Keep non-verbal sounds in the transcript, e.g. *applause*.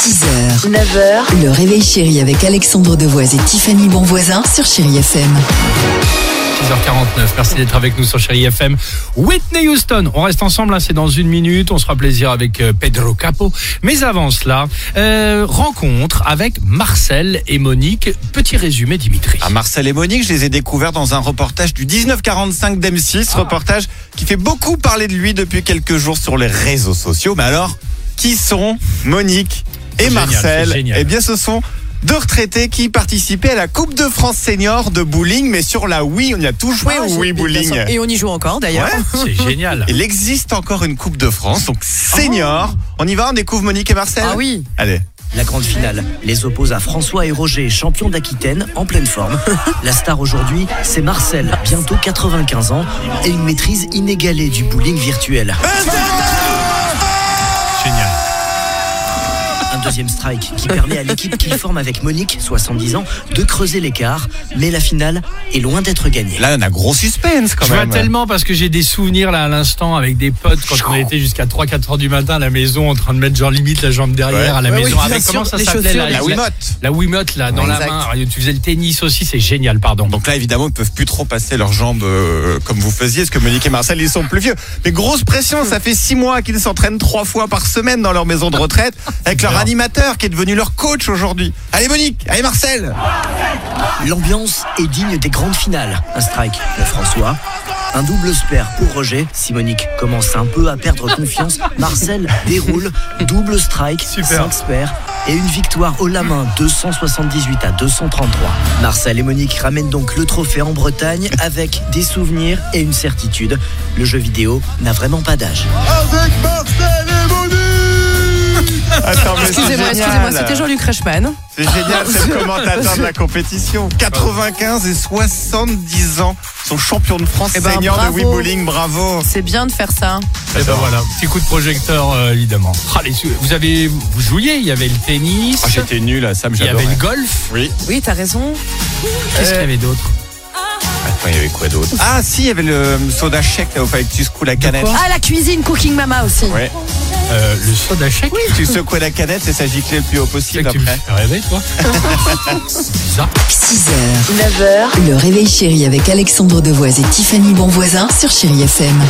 6h, 9h, le réveil chéri avec Alexandre Devoise et Tiffany Bonvoisin sur Chéri FM. 6h49, merci d'être avec nous sur Chéri FM. Whitney Houston, on reste ensemble, hein, c'est dans une minute, on se fera plaisir avec euh, Pedro Capo. Mais avant cela, euh, rencontre avec Marcel et Monique. Petit résumé, Dimitri. À Marcel et Monique, je les ai découverts dans un reportage du 1945 d'M6, Ah. reportage qui fait beaucoup parler de lui depuis quelques jours sur les réseaux sociaux. Mais alors, qui sont Monique et C'est génial, Marcel c'est génial. Eh bien, ce sont deux retraités qui participaient à la Coupe de France senior de bowling, mais sur la Wii, on y a tout joué Ah, au j'ai- Wii bien bowling. sûr. Et on y joue encore d'ailleurs. Ouais. C'est génial. Il existe encore une Coupe de France, donc senior. Ah. On y va, on découvre Monique et Marcel Ah oui. Allez. La grande finale les oppose à François et Roger, champions d'Aquitaine, en *laughs* pleine forme. La star aujourd'hui, c'est Marcel, bientôt 95 ans, et une maîtrise inégalée du bowling virtuel. Génial. Un deuxième strike qui permet à l'équipe qu'il forme avec Monique, 70 ans, de creuser l'écart, mais la finale est loin d'être gagnée. Là, on a gros suspense quand Je vois même. euh, tellement parce que j'ai des souvenirs là à l'instant avec des potes quand on était jusqu'à 3-4 heures du matin à la maison en train de mettre genre limite la jambe derrière Ouais. à la Ouais, maison oui, bien avec sûr, comment ça les s'appelait chaussures, là, les La la- Wiimote. La Wiimote là dans Ouais, la exact. main. Alors, Tu faisais le tennis aussi, c'est génial, pardon. Donc là, évidemment, ils ne peuvent plus trop passer leurs jambes euh, comme vous faisiez, parce que Monique et Marcel, ils sont plus vieux. Mais grosse pression, ça fait six mois qu'ils s'entraînent trois fois par semaine dans leur maison de retraite, avec leur animateur qui est devenu leur coach aujourd'hui. Allez Monique, allez Marcel L'ambiance est digne des grandes finales. Un strike pour François. Un double spare pour Roger. Si Monique commence un peu à perdre confiance, Marcel déroule. Double strike, Super. 5 spares et une victoire au la main 278 à 233. Marcel et Monique ramènent donc le trophée en Bretagne avec des souvenirs et une certitude. Le jeu vidéo n'a vraiment pas d'âge. Attends, mais c'est Excusez-moi, génial. excusez-moi, c'était Jean-Luc Reichmann. C'est génial, c'est *laughs* le commentateur de la compétition. 95 et 70 ans sont champions de France Eh ben, senior de bravo. Wii Bowling, bravo C'est bien de faire ça. Et ben voilà, petit coup de projecteur euh, évidemment. Ah, les sou- vous avez vous jouiez, il y avait le tennis, Ah, nul à Sam, il y avait le golf. Oui, Oui, t'as raison. Qu'est-ce qu'il y avait d'autre attends, il y avait quoi d'autre Ah si, il y avait le soda shake, là, où fallait que tu secoues la canette. Ah, la cuisine, Cooking Mama aussi. Ouais. Euh, Le soda shake. Oui, tu secouais la canette et ça giclait le plus haut C'est possible que tu me après. fais rêver toi. C'est bizarre. 6h, 9h, le réveil chéri avec Alexandre Devoise et Tiffany Bonvoisin sur Chéri FM.